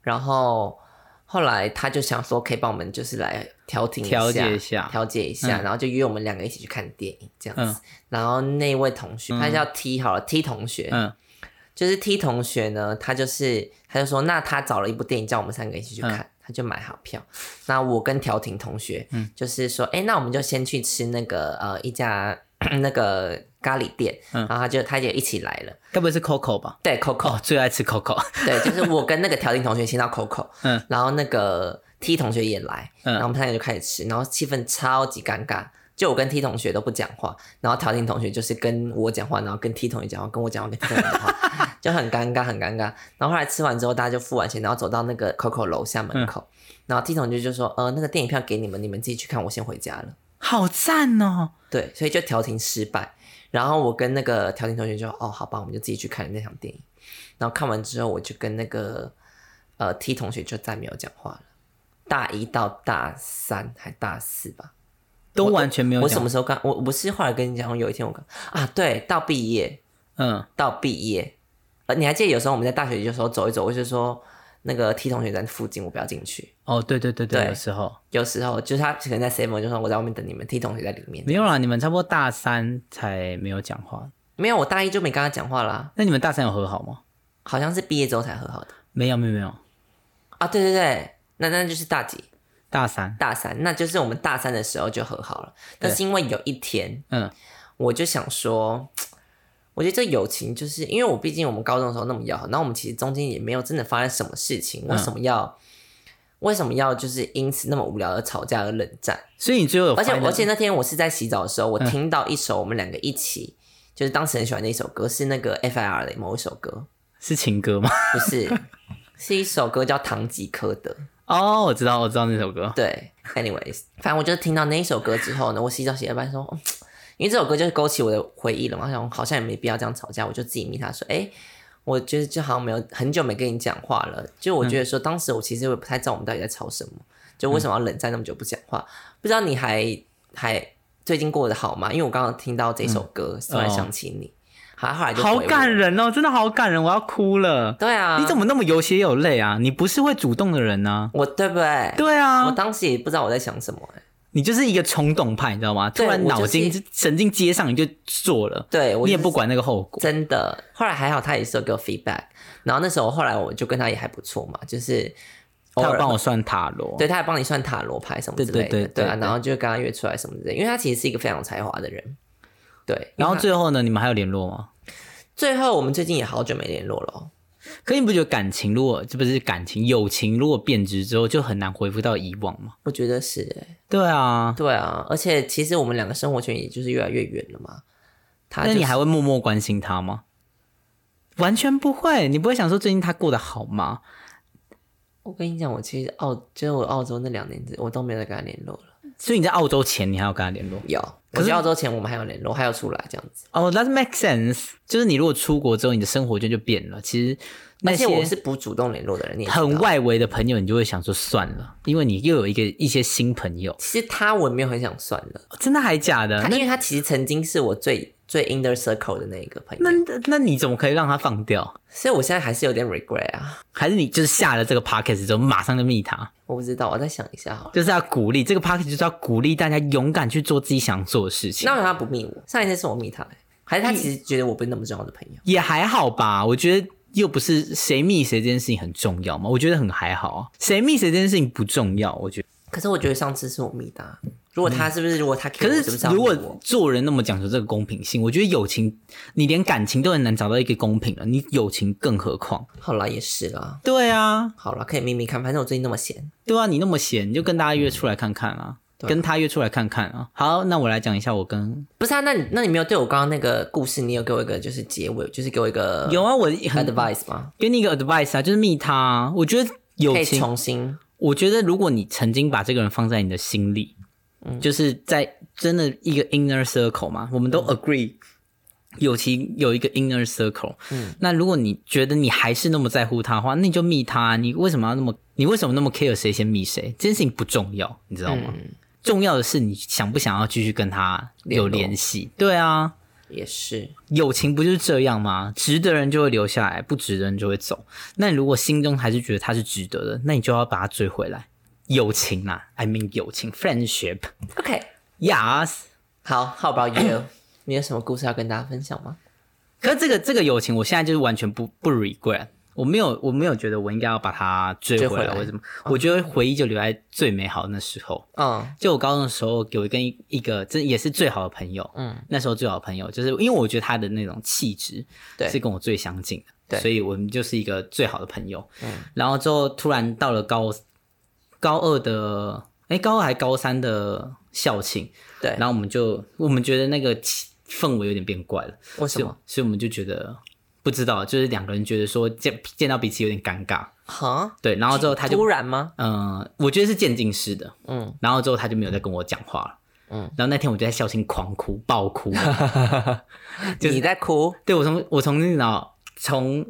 Speaker 2: 然后后来他就想说可以帮我们就是来调停一
Speaker 1: 调解一
Speaker 2: 一
Speaker 1: 下
Speaker 2: 调解一下，
Speaker 1: 嗯
Speaker 2: 然后就约我们两个一起去看电影这样子。
Speaker 1: 嗯
Speaker 2: 然后那位同学，他叫 T 好了、t 同学，
Speaker 1: 嗯
Speaker 2: 就是 T 同学呢，他就是他就说，那他找了一部电影叫我们三个一起去看，他就买好票。那我跟调婷同学，就是说，哎、那我们就先去吃那个呃一家 那个咖喱店，
Speaker 1: 嗯
Speaker 2: 然后他就他也一起来了，
Speaker 1: 该不会是 Coco 吧？
Speaker 2: 对，Coco，、
Speaker 1: 哦，最爱吃 Coco。
Speaker 2: 对，就是我跟那个调婷同学先到 Coco，
Speaker 1: 嗯
Speaker 2: 然后那个 T 同学也来，
Speaker 1: 嗯
Speaker 2: 然后我们三个就开始吃，然后气氛超级尴尬。就我跟 T 同学都不讲话，然后调婷同学就是跟我讲话，然后跟 T 同学讲话，跟我讲话，跟 T 同学讲话，就很尴尬，很尴尬。然后后来吃完之后，大家就付完钱，然后走到那个 Coco 楼下门口，
Speaker 1: 嗯
Speaker 2: 然后 T 同学就说：“呃，那个电影票给你们，你们自己去看，我先回家了。”
Speaker 1: 好赞哦！
Speaker 2: 对，所以就调停失败。然后我跟那个调停同学就哦，好吧，我们就自己去看那场电影。然后看完之后，我就跟那个呃 T 同学就再没有讲话了。大一到大三还大四吧，
Speaker 1: 都完全没有
Speaker 2: 我
Speaker 1: 讲
Speaker 2: 什么时候刚我我不是后来跟你讲，有一天我刚啊，对，到毕业
Speaker 1: 嗯，
Speaker 2: 到毕业，呃，你还记得有时候我们在大学有时候走一走，我就说那个 T 同学在附近，我不要进去。
Speaker 1: 哦，对对对对，
Speaker 2: 对
Speaker 1: 有时候
Speaker 2: 有时候就是他可能在 seven 就说我在外面等你们，T 同学在里面。
Speaker 1: 没有啦。你们差不多大三才没有讲话，
Speaker 2: 没有，我大一就没跟他讲话啦、
Speaker 1: 那你们大三有和好吗？
Speaker 2: 好像是毕业之后才和好的
Speaker 1: 没有没有没有，
Speaker 2: 啊。对对对，那那就是大几？
Speaker 1: 大三
Speaker 2: 大三，那就是我们大三的时候就和好了。但是因为有一天，
Speaker 1: 嗯
Speaker 2: 我就想说，我觉得这友情就是因为我毕竟我们高中的时候那么要好，那我们其实中间也没有真的发生什么事情，为什么要、为什么要就是因此那么无聊而吵架而冷战？
Speaker 1: 所以你最后有
Speaker 2: 而且
Speaker 1: final-
Speaker 2: 而且那天我是在洗澡的时候，我听到一首我们两个一起。就是当时很喜欢的一首歌，是那个 F.I.R 的某一首歌，
Speaker 1: 是情歌吗？
Speaker 2: 不是，是一首歌叫《堂吉诃德》。
Speaker 1: 哦，我知道我知道那首歌，
Speaker 2: 对，anyways，反正我就听到那一首歌之后呢，我洗澡洗到一半说，哦因为这首歌就是勾起我的回忆了嘛，我想好像也没必要这样吵架，我就自己密他说，哎、我觉得就好像没有很久没跟你讲话了，就我觉得说当时我其实我也不太知道我们到底在吵什么，就为什么要冷战那么久不讲话，不知道你还还最近过得好吗？因为我刚刚听到这首歌，突然想起你，好，后来就
Speaker 1: 嗯
Speaker 2: 回
Speaker 1: 好
Speaker 2: 我
Speaker 1: 感，人哦，真的好感人，我要哭了。
Speaker 2: 对啊，
Speaker 1: 你怎么那么有血有泪啊？你不是会主动的人呢、
Speaker 2: 我对不对？
Speaker 1: 对
Speaker 2: 我
Speaker 1: 啊，
Speaker 2: 当时也不知道我在想什么、哎
Speaker 1: 你就是一个冲动派，你知道吗？突
Speaker 2: 对
Speaker 1: 然
Speaker 2: 我
Speaker 1: 脑
Speaker 2: 就是
Speaker 1: 筋、神经接上，你就做了，
Speaker 2: 对我
Speaker 1: 你也
Speaker 2: 就是
Speaker 1: 不管那个后果。
Speaker 2: 真的，后来还好，他也是有给我 feedback。然后那时候，后来我就跟他也还不错嘛，就是偶
Speaker 1: 他
Speaker 2: 尔
Speaker 1: 有帮我算塔罗，
Speaker 2: 对，他也帮你算塔罗牌什么之类的，
Speaker 1: 对对对
Speaker 2: 啊。
Speaker 1: 对
Speaker 2: 然后就跟他约出来什么之类的，因为他其实是一个非常有才华的人。对，
Speaker 1: 然后
Speaker 2: 因为他
Speaker 1: 最后呢，你们还有联络吗？
Speaker 2: 最后我们最近也好久没联络了哦。
Speaker 1: 可你不觉得感情如果这不是感情，友情如果变质之后，就很难恢复到以往吗？
Speaker 2: 我觉得是欸，
Speaker 1: 对啊，
Speaker 2: 对啊，而且其实我们两个生活圈也就是越来越远了嘛。他、就
Speaker 1: 那
Speaker 2: 是、
Speaker 1: 你还会默默关心他吗？完全不会，你不会想说最近他过得好吗？
Speaker 2: 我跟你讲，我其实澳，就是我澳洲那两年，我都没有再跟他联络了。
Speaker 1: 所以你在澳洲前，你还要跟他联络
Speaker 2: 有，我去澳洲前我们还有联络，还有出来这样子。
Speaker 1: 哦、t h a t make sense。就是你如果出国之后，你的生活圈就变了。其实那
Speaker 2: 而且我
Speaker 1: 些
Speaker 2: 是不主动联络的人，你也知道
Speaker 1: 很外围的朋友，你就会想说算了，因为你又有一个一些新朋友。
Speaker 2: 其实他我也没有很想算了，
Speaker 1: 真的还假的
Speaker 2: 他？
Speaker 1: 啊那
Speaker 2: 因为他其实曾经是我最最 inner circle 的那一个朋
Speaker 1: 那
Speaker 2: 友，
Speaker 1: 那你怎么可以让他放掉？
Speaker 2: 所以我现在还是有点 regret 啊。
Speaker 1: 还是你就是下了这个 podcast 之后，马上就密他？
Speaker 2: 我不知道，我再想一下好了。
Speaker 1: 就是要鼓励这个 p a r k 就是要鼓励大家勇敢去做自己想做的事情
Speaker 2: 那。为什么他不密我？上一次是我密他、欸，还是他其实觉得我不是那么重要的朋友？
Speaker 1: 也还好吧，我觉得又不是谁密谁这件事情很重要嘛，我觉得很还好啊。谁密谁这件事情不重要，我觉得。
Speaker 2: 可是我觉得上次是我密他，如果他是不是如果他 care
Speaker 1: 嗯可
Speaker 2: 我
Speaker 1: 是
Speaker 2: 不要
Speaker 1: 如
Speaker 2: 密
Speaker 1: 果
Speaker 2: 我
Speaker 1: 做人那么讲究这个公平性，我觉得友情，你连感情都很难找到一个公平了，你友情更何况？
Speaker 2: 好啦，也是啦，
Speaker 1: 对啊，
Speaker 2: 好啦，可以秘密看，反正我最近那么闲。
Speaker 1: 对啊，你那么闲，你就跟大家约出来看看啊。
Speaker 2: 对
Speaker 1: 跟他约出来看看啊。好，那我来讲一下我跟
Speaker 2: 不是啊，那你那你没有对我刚刚那个故事，你有给我一个就是结尾，就是给我一个
Speaker 1: 有啊，我很
Speaker 2: advice 吗？
Speaker 1: 给你一个 advice 啊，就是密他啊。我觉得友
Speaker 2: 可以
Speaker 1: 情，
Speaker 2: 重新
Speaker 1: 我觉得如果你曾经把这个人放在你的心里，
Speaker 2: 嗯
Speaker 1: 就是在真的一个 inner circle 嘛，我们
Speaker 2: 嗯
Speaker 1: 都 agree、友情有一个 inner circle，、那
Speaker 2: 嗯
Speaker 1: 如果你觉得你还是那么在乎他的话，那你就密他啊、你为什么要那么？你为什么那么 care 谁先密谁？这件事情不重要，你知道
Speaker 2: 嗯
Speaker 1: 吗？重要的是你想不想要继续跟他有
Speaker 2: 联络
Speaker 1: 联系？对啊，
Speaker 2: 也是，
Speaker 1: 友情不就是这样吗？值得人就会留下来，不值得人就会走。那你如果心中还是觉得他是值得的，那你就要把他追回来。友情啊，I mean 友情，friendship，yes。
Speaker 2: OK，好，How about you？你 有什么故事要跟大家分享吗？
Speaker 1: 可是这个这个友情，我现在就是完全不不 regret，我没有我没有觉得我应该要把它追回
Speaker 2: 追回
Speaker 1: 来。
Speaker 2: 来
Speaker 1: 为什么？我觉得回忆就留在最美好的那时候。
Speaker 2: 嗯
Speaker 1: 就我高中的时候，有跟一个真也是最好的朋友，
Speaker 2: 嗯，
Speaker 1: 那时候最好的朋友，就是因为我觉得他的那种气质，
Speaker 2: 对
Speaker 1: 是跟我最相近的，
Speaker 2: 对
Speaker 1: 所以我们就是一个最好的朋友。嗯，然后之后突然到了高高二的，哎，高二还高三的校庆，
Speaker 2: 对
Speaker 1: 然后我们就我们觉得那个气氛围有点变怪了，
Speaker 2: 为什
Speaker 1: 所
Speaker 2: 么？
Speaker 1: 以所以我们就觉得不知道，就是两个人觉得说见见到彼此有点尴尬，
Speaker 2: 哈，
Speaker 1: 对，然后之后他就
Speaker 2: 突然吗？
Speaker 1: 嗯，我觉得是渐进式的，嗯
Speaker 2: 嗯，
Speaker 1: 然后之后他就没有再跟我讲话了，嗯
Speaker 2: 嗯，
Speaker 1: 然后那天我就在校庆狂哭爆哭，
Speaker 2: 你在哭？
Speaker 1: 对我从我从那脑从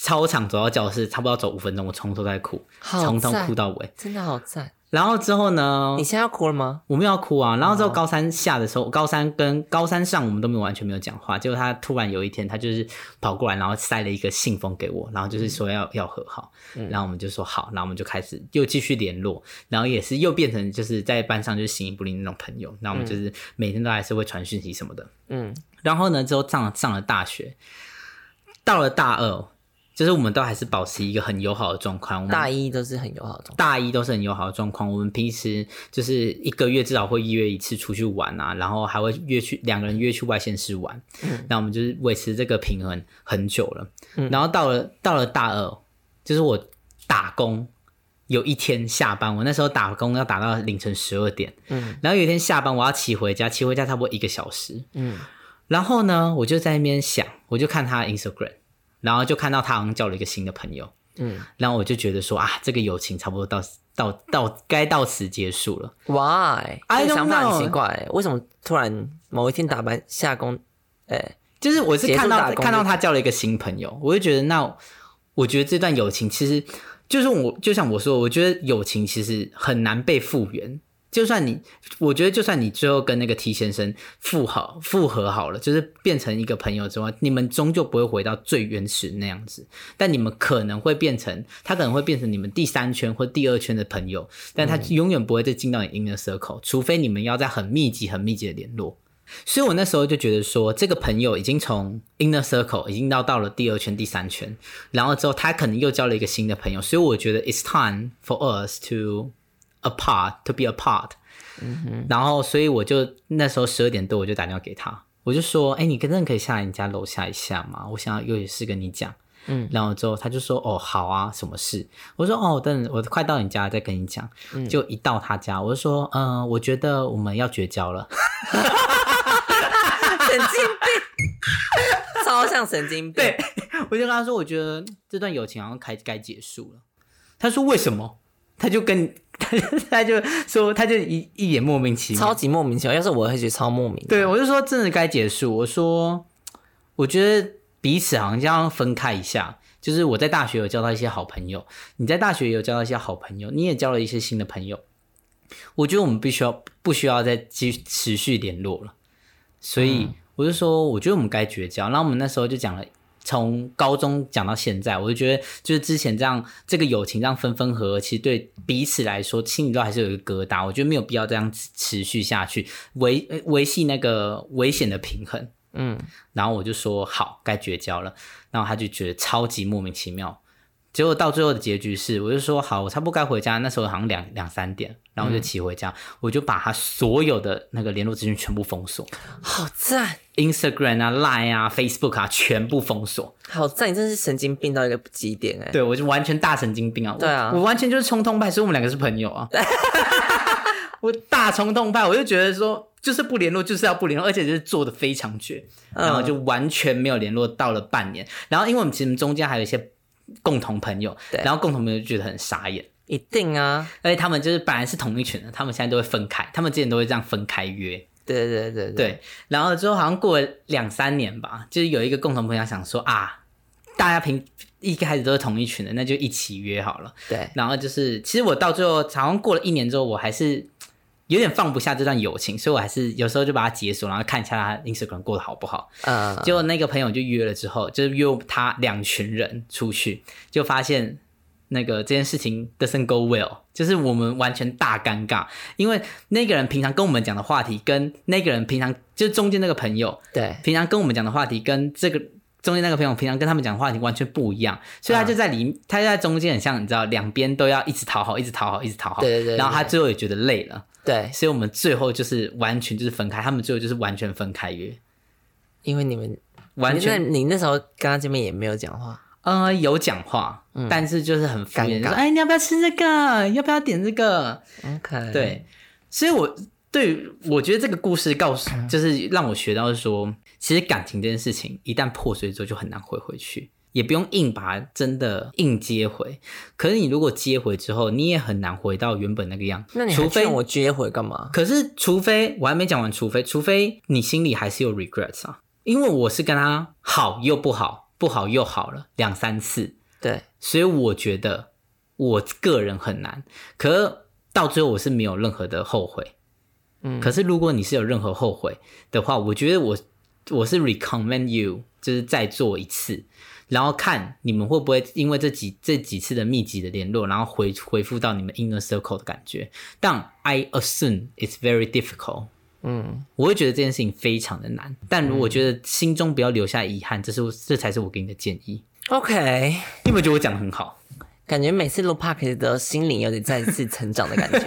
Speaker 1: 操场走到教室，差不多要走五分钟，我从头在哭，
Speaker 2: 好
Speaker 1: 从头
Speaker 2: 赞
Speaker 1: 哭到尾，
Speaker 2: 真的好赞！
Speaker 1: 然后之后呢
Speaker 2: 哦你，现哦在要哭了吗？
Speaker 1: 我们要哭啊，然后之后高三下的时候，高三跟高三上我们都没有完全没有讲话，结果他突然有一天，他就是跑过来，然后塞了一个信封给我，然后就是说要要和好，
Speaker 2: 嗯
Speaker 1: 然后我们就说好，然后我们就开始又继续联络，然后也是又变成就是在班上就是形影不离那种朋友，那我们就是每天都还是会传讯息什么的，
Speaker 2: 嗯，
Speaker 1: 然后呢，之后上上了大学，到了大二，就是我们都还是保持一个很友好的状况，我们
Speaker 2: 大一都是很友好的，
Speaker 1: 大一都是很友好的状况，我们平时就是一个月至少会约一次出去玩啊，然后还会约去两个人约去外县市玩。
Speaker 2: 嗯
Speaker 1: 那我们就是维持这个平衡很久了。然后到了到了大二，就是我打工，有一天下班，我那时候打工要打到凌晨十二点，
Speaker 2: 嗯
Speaker 1: 然后有一天下班我要骑回家，骑回家差不多一个小时，
Speaker 2: 嗯，
Speaker 1: 然后呢，我就在那边想，我就看他的 Instagram，然后就看到他好像交了一个新的朋友，
Speaker 2: 嗯，
Speaker 1: 然后我就觉得说啊，这个友情差不多到到到该到此结束了。
Speaker 2: Why？
Speaker 1: I don't
Speaker 2: 这个想法
Speaker 1: know
Speaker 2: 很奇怪欸，为什么突然某一天打扮下 工？哎，
Speaker 1: 就是我是
Speaker 2: 结束
Speaker 1: 看到
Speaker 2: 打工
Speaker 1: 看到他交了一个新朋友，我就觉得那我觉得这段友情其实就是我就像我说，我觉得友情其实很难被复原。就算你，我觉得就算你最后跟那个 T 先生复好复合好了，就是变成一个朋友之外，你们终究不会回到最原始那样子。但你们可能会变成，他可能会变成你们第三圈或第二圈的朋友，但他
Speaker 2: 嗯
Speaker 1: 永远不会再进到你 inner circle，、除非你们要在很密集、很密集的联络。所以我那时候就觉得说，这个朋友已经从 inner circle 已经到到了第二圈、第三圈，然后之后他可能又交了一个新的朋友，所以我觉得 it's time for us to apart to be apart。然后，所以我就那时候十二点多我就打电话给他，我就说：“哎、你真的可以下来你家楼下一下吗？我想要有些事跟你讲。”嗯，然后之后他就说：“哦，好啊，什么事？”我说：“哦，等我快到你家了再跟你讲。”就一到他家，我就说：“嗯、我觉得我们要绝交了。”
Speaker 2: 神经病， 超像神经病。
Speaker 1: 对，我就跟他说，我觉得这段友情好像该该结束了。他说为什么？他就跟 他就他就说，他就一一脸莫名其妙
Speaker 2: 超。级莫名其妙。要是我会觉得超莫名。
Speaker 1: 对，我就说真的该结束。我说，我觉得彼此好像要分开一下。就是我在大学有交到一些好朋友，你在大学也有交到一些好朋友，你也交了一些新的朋友。我觉得我们必须要不需要再继续持续联络了。所以我就说，我觉得我们该绝交。然后我们那时候就讲了。从高中讲到现在，我就觉得，就是之前这样这个友情这样分分合合，其实对彼此来说，心里都还是有一个疙瘩。我觉得没有必要这样持持续下去，维呃维系那个危险的平衡。
Speaker 2: 嗯，
Speaker 1: 然后我就说好，该绝交了。然后他就觉得超级莫名其妙。结果到最后的结局是，我就说好，我差不多该回家。那时候好像两两三点，然后我就骑回家，我就把他所有的那个联络资讯全部封锁
Speaker 2: 好赞，
Speaker 1: ，Instagram 啊、Line 啊、Facebook 啊，全部封锁。
Speaker 2: 好赞，你真是神经病到一个极点哎、
Speaker 1: 对我就完全大神经病啊！我
Speaker 2: 对啊
Speaker 1: 我完全就是冲动派，所以我们两个是朋友啊。 我大冲动派，我就觉得说，就是不联络，就是要不联络，而且就是做的非常绝，
Speaker 2: 嗯
Speaker 1: 然后就完全没有联络到了半年。然后因为我们其实中间还有一些共同朋友，
Speaker 2: 对
Speaker 1: 然后共同朋友就觉得很傻眼，
Speaker 2: 一定啊，
Speaker 1: 而且他们就是本来是同一群的，他们现在都会分开，他们之前都会这样分开约。
Speaker 2: 对对对
Speaker 1: 对，然后之后好像过了两三年吧，就是有一个共同朋友想说啊，大家平一开始都是同一群的，那就一起约好了。
Speaker 2: 对
Speaker 1: 然后就是，其实我到最后好像过了一年之后，我还是有点放不下这段友情，所以我还是有时候就把它解锁，然后看一下他 Instagram 过得好不好。
Speaker 2: 嗯，
Speaker 1: 结果那个朋友就约了之后，就是约他两群人出去，就发现那个这件事情 doesn't go well，就是我们完全大尴尬，因为那个人平常跟我们讲的话题，跟那个人平常就是中间那个朋友
Speaker 2: 对
Speaker 1: 平常跟我们讲的话题，跟这个中间那个朋友平常跟他们讲的话题完全不一样，所以他就在里，
Speaker 2: 嗯
Speaker 1: 他就在中间很像你知道，两边都要一直讨好，一直讨好，一直讨好，
Speaker 2: 对对对对
Speaker 1: 然后他最后也觉得累了，
Speaker 2: 对，
Speaker 1: 所以我们最后就是完全就是分开，他们最后就是完全分开约。
Speaker 2: 因为你们
Speaker 1: 完全
Speaker 2: 你那你那时候跟他见面也没有讲话，
Speaker 1: 呃，有讲话，但是就是很敷衍，
Speaker 2: 嗯尴尬
Speaker 1: 就说哎，你要不要吃这个？要不要点这个？
Speaker 2: OK，，
Speaker 1: 对，所以我对于我觉得这个故事告诉，
Speaker 2: 嗯
Speaker 1: 就是让我学到说，其实感情这件事情一旦破碎之后就很难回回去，也不用硬把它真的硬接回。可是你如果接回之后，你也很难回到原本那个样子
Speaker 2: 那你，还
Speaker 1: 除非
Speaker 2: 劝我接回干嘛？
Speaker 1: 可是，除非我还没讲完，除非除非你心里还是有 regrets 啊，因为我是跟他好又不好，不好又好了两三次，
Speaker 2: 对，
Speaker 1: 所以我觉得我个人很难。可是到最后我是没有任何的后悔。
Speaker 2: 嗯
Speaker 1: 可是如果你是有任何后悔的话，我觉得我我是 recommend you 就是再做一次，然后看你们会不会因为这几这几次的密集的联络，然后回回复到你们 inner circle 的感觉。但 I assume it's very difficult。
Speaker 2: 嗯，
Speaker 1: 我会觉得这件事情非常的难，但如果觉得心中不要留下遗憾，这是我这才是我给你的建议。
Speaker 2: OK，
Speaker 1: 你有没有觉得我讲的很好？
Speaker 2: 感觉每次录 Park 的心灵有点再次成长的感 觉，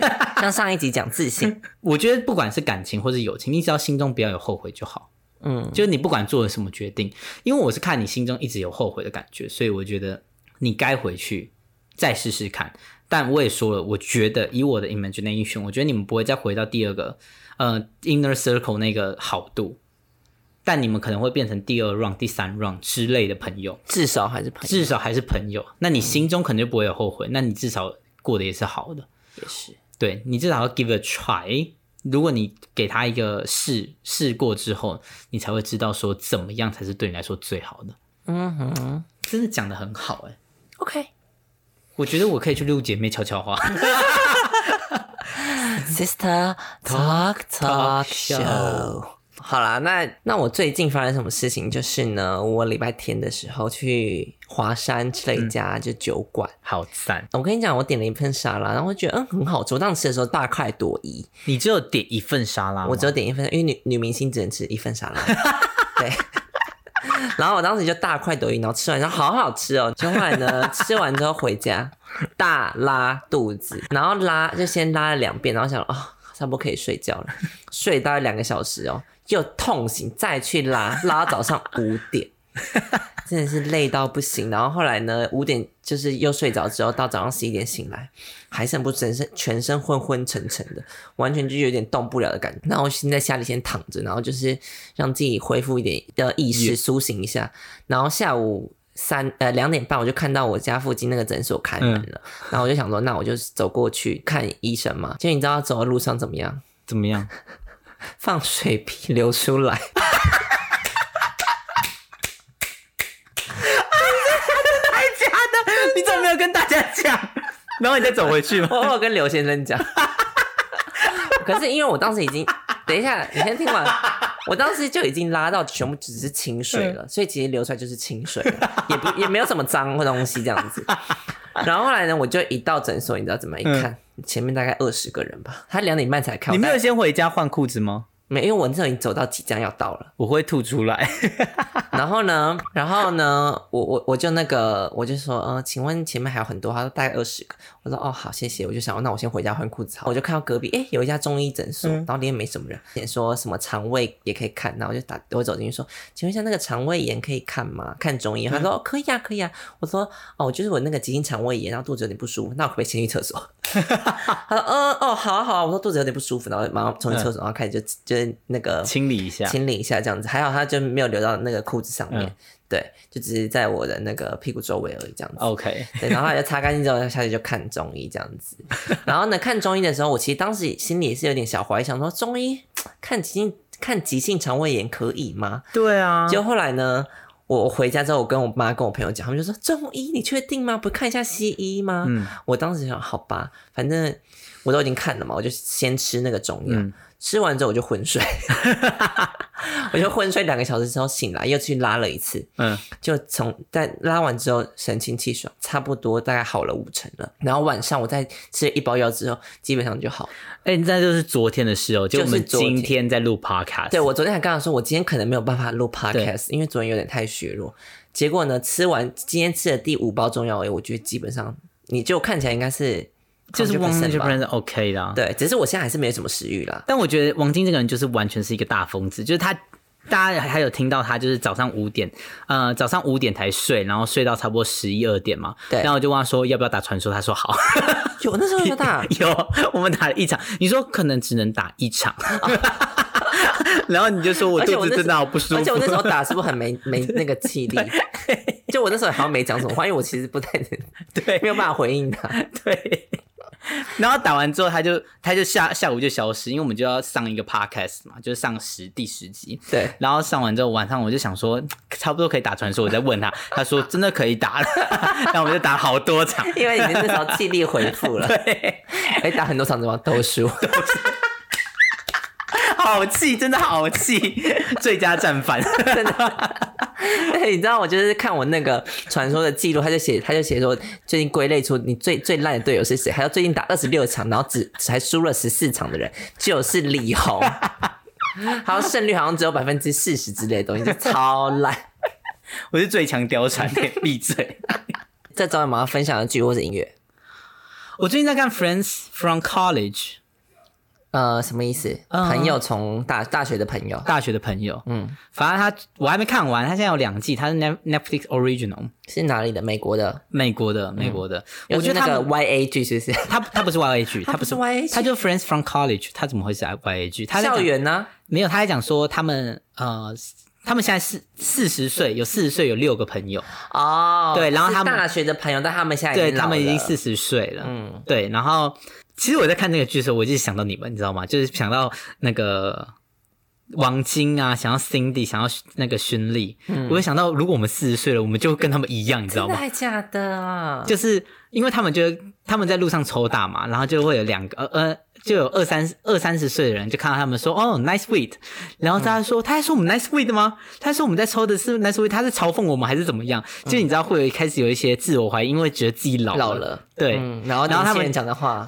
Speaker 2: 像上一集讲自信，
Speaker 1: 我觉得不管是感情或是友情，你只要心中不要有后悔就好。
Speaker 2: 嗯，
Speaker 1: 就是你不管做了什么决定，因为我是看你心中一直有后悔的感觉，所以我觉得你该回去再试试看。但我也说了，我觉得以我的 imagination，我觉得你们不会再回到第二个呃 inner circle 那个好度，但你们可能会变成第二 round、第三 round 之类的朋友，
Speaker 2: 至少还是朋友，
Speaker 1: 至少还是朋友。那你心中可能就不会有后悔，那你至少过得也是好的。
Speaker 2: 也是，
Speaker 1: 对你至少要 give a try。如果你给他一个试试过之后，你才会知道说怎么样才是对你来说最好的。
Speaker 2: 嗯哼
Speaker 1: 真的讲的很好哎、
Speaker 2: ，OK，
Speaker 1: 我觉得我可以去录姐妹悄悄话。
Speaker 2: Sister Talk
Speaker 1: Talk
Speaker 2: Talk Show。好啦，那那我最近发生什么事情？就是呢，我礼拜天的时候去华山吃了一家
Speaker 1: 嗯
Speaker 2: 就酒馆。
Speaker 1: 好赞！
Speaker 2: 我跟你讲，我点了一份沙拉，然后我觉得嗯很好吃。我当时吃的时候大快朵颐，
Speaker 1: 你只有点一份沙拉吗，
Speaker 2: 我只有点一份，因为女女明星只能吃一份沙拉。 对。然后我当时就大快朵颐，然后吃完，然后好好吃哦。就后来呢，吃完之后回家大拉肚子，然后拉就先拉了两遍，然后想哦，差不多可以睡觉了，睡大概两个小时哦，又痛醒，再去拉，拉到早上五点。真的是累到不行，然后后来呢，五点就是又睡着之后，到早上十一点醒来，还是很不整身，全身昏昏沉沉的，完全就有点动不了的感觉。那我现在家里先躺着，然后就是让自己恢复一点的意识，苏醒一下。然后下午三呃两点半，我就看到我家附近那个诊所开门了，然后我就想说，那我就走过去看医生嘛。就你知道走的路上怎么样？
Speaker 1: 怎么样？
Speaker 2: 放水屁流出来。
Speaker 1: 假的？你怎么没有 跟大家讲？然后你再走回 去吗？
Speaker 2: 我有跟刘先生讲， 可是因为我当时已经，等一下，你先听完。我当时就已经拉到全部只是清水
Speaker 1: 嗯
Speaker 2: 了，所以其实流出来就是清水了，也不也没有什么脏东西这样子。然后后来呢，我就一到诊所，你知道怎么一看，前面大概二十个人吧，他两点半才开，
Speaker 1: 嗯你没
Speaker 2: 我
Speaker 1: 有
Speaker 2: 大概
Speaker 1: 先回家换裤子吗？
Speaker 2: 没，因为我那时候已经走到即将要到了。
Speaker 1: 我会吐出来。
Speaker 2: 然后呢，然后呢，我我我就那个，我就说，嗯、请问前面还有很多，他说大概二十个，我说哦好，谢谢，我就想，那我先回家换裤子好，我就看到隔壁，哎，有一家中医诊所，然后里面没什么人，也说什么肠胃也可以看，然后我就打，我走进去说，请问一下那个肠胃炎可以看吗？看中医，他说、哦可以啊，可以啊，我说哦，就是我那个急性肠胃炎，然后肚子有点不舒服，那我可不可以先去厕所？ 他说嗯哦好啊好啊，我说肚子有点不舒服，然后马上冲进厕所，然后开始就就是那个
Speaker 1: 清理一下，
Speaker 2: 清理一下这样子，还好他就没有流到那个裤子上面，
Speaker 1: 嗯
Speaker 2: 对，就只是在我的那个屁股周围而已这样子。
Speaker 1: OK，
Speaker 2: 对，然后后来就擦干净之后下去就看中医这样子。然后呢，看中医的时候，我其实当时心里也是有点小怀疑，想说中医看急性看急性肠胃炎可以吗？
Speaker 1: 对啊，
Speaker 2: 结果后来呢，我回家之后，我跟我妈跟我朋友讲，他们就说中医你确定吗？不看一下西医吗？
Speaker 1: 嗯
Speaker 2: 我当时想，好吧，反正我都已经看了嘛，我就先吃那个中药。
Speaker 1: 嗯
Speaker 2: 吃完之后我就昏 睡，我就昏睡两个小时之后醒来，又去拉了一次，
Speaker 1: 嗯，
Speaker 2: 就从在拉完之后神清气爽，差不多大概好了五成了。然后晚上我再吃了一包药之后，基本上就好了。
Speaker 1: 哎、那就是昨天的事哦，就我们
Speaker 2: 就是昨天
Speaker 1: 今天在录 Podcast，
Speaker 2: 对我昨天还跟他说，我今天可能没有办法录 podcast，因为昨天有点太虚弱。结果呢，吃完今天吃了第五包中药而已，我觉得基本上你就看起来应该是
Speaker 1: 就是王
Speaker 2: 100%
Speaker 1: 金这
Speaker 2: 吧
Speaker 1: 个人是 OK 的、啊，
Speaker 2: 对，只是我现在还是没有什么食欲 啦。
Speaker 1: 但我觉得王晶这个人就是完全是一个大疯子，就是他。大家还有听到他就是早上五点，呃，早上五点才睡，然后睡到差不多十一二点嘛。
Speaker 2: 对
Speaker 1: 然后我就问他说要不要打传说，他说好。
Speaker 2: 有那时候有大
Speaker 1: 有，我们打了一场，你说可能只能打一场， 然后你就说我
Speaker 2: 而且
Speaker 1: 肚
Speaker 2: 我
Speaker 1: 子
Speaker 2: 那
Speaker 1: 真的好不舒服。
Speaker 2: 而且我那时候打是不是 很没没那个气力？就我那时候好像没讲什么话，因为我其实不太能，
Speaker 1: 对
Speaker 2: 没有办法回应他。
Speaker 1: 对。然后打完之后，他就他就下下午就消失，因为我们就要上一个 podcast 嘛，就是上十第十集。
Speaker 2: 对，
Speaker 1: 然后上完之后，晚上我就想说，差不多可以打传说。我在问 他，他说真的可以打了。 然后我们就打好多 场，
Speaker 2: 因为你那时候气力恢复了，
Speaker 1: 对，
Speaker 2: 哎，打很多场子嘛都输。
Speaker 1: 好气，真的好气， 最佳战犯。
Speaker 2: 对，你知道我就是看我那个传说的记录，他就写，他就写说最近归类出你最最烂的队友是谁，还有最近打二十六场，然后只才输了十四场的人就是李红，好像胜率好像只有百分之四十之类的东西，就超烂。
Speaker 1: 我是最强貂 蝉，可以闭嘴。
Speaker 2: 这周有没有要分享的剧或者音乐？
Speaker 1: 我最近在看《Friends from College》，
Speaker 2: 呃，什么意思？
Speaker 1: 嗯
Speaker 2: 朋友从大大学的朋友
Speaker 1: 大学的朋友，嗯，反正他我还没看完，他现在有两季，他是 Net- Netflix Original，
Speaker 2: 是哪里的？美国的？
Speaker 1: 美国的，美国的。我觉得
Speaker 2: 嗯又是那
Speaker 1: 他
Speaker 2: 个
Speaker 1: 们
Speaker 2: Y A 剧是不是？
Speaker 1: 他他不是 Y A G，他
Speaker 2: 不是 YA 剧
Speaker 1: 他就 Friends from College，他怎么会是 Y A G？他在讲
Speaker 2: 校园呢、
Speaker 1: 没有，他还讲说他们呃，他们现在四四十岁，有四十岁有六个朋友，
Speaker 2: 哦，
Speaker 1: 对然后
Speaker 2: 是
Speaker 1: 他们
Speaker 2: 大学的朋友，但他们现在
Speaker 1: 对
Speaker 2: 老了
Speaker 1: 他们已经四十岁了，嗯，对，然后其实我在看这个剧的时候，我一直想到你们，你知道吗？就是想到那个。王晶啊，想要 Cindy，想要那个勋丽，
Speaker 2: 嗯
Speaker 1: 我就想到，如果我们四十岁了，我们就跟他们一样，你知道
Speaker 2: 真
Speaker 1: 吗
Speaker 2: 的？还假的啊？
Speaker 1: 就是因为他们就他们在路上抽大麻，然后就会有两个呃呃，就有二三二三十岁的人就看到他们说哦 nice weed，然后大家说、他还说我们 nice weed 吗？他说我们在抽的是 nice weed，他是嘲讽我们还是怎么样？就你知道会有开始有一些自我怀疑，因为觉得自己老
Speaker 2: 老了，
Speaker 1: 对。
Speaker 2: 嗯，然后
Speaker 1: 然后他
Speaker 2: 年轻
Speaker 1: 们
Speaker 2: 人讲的话，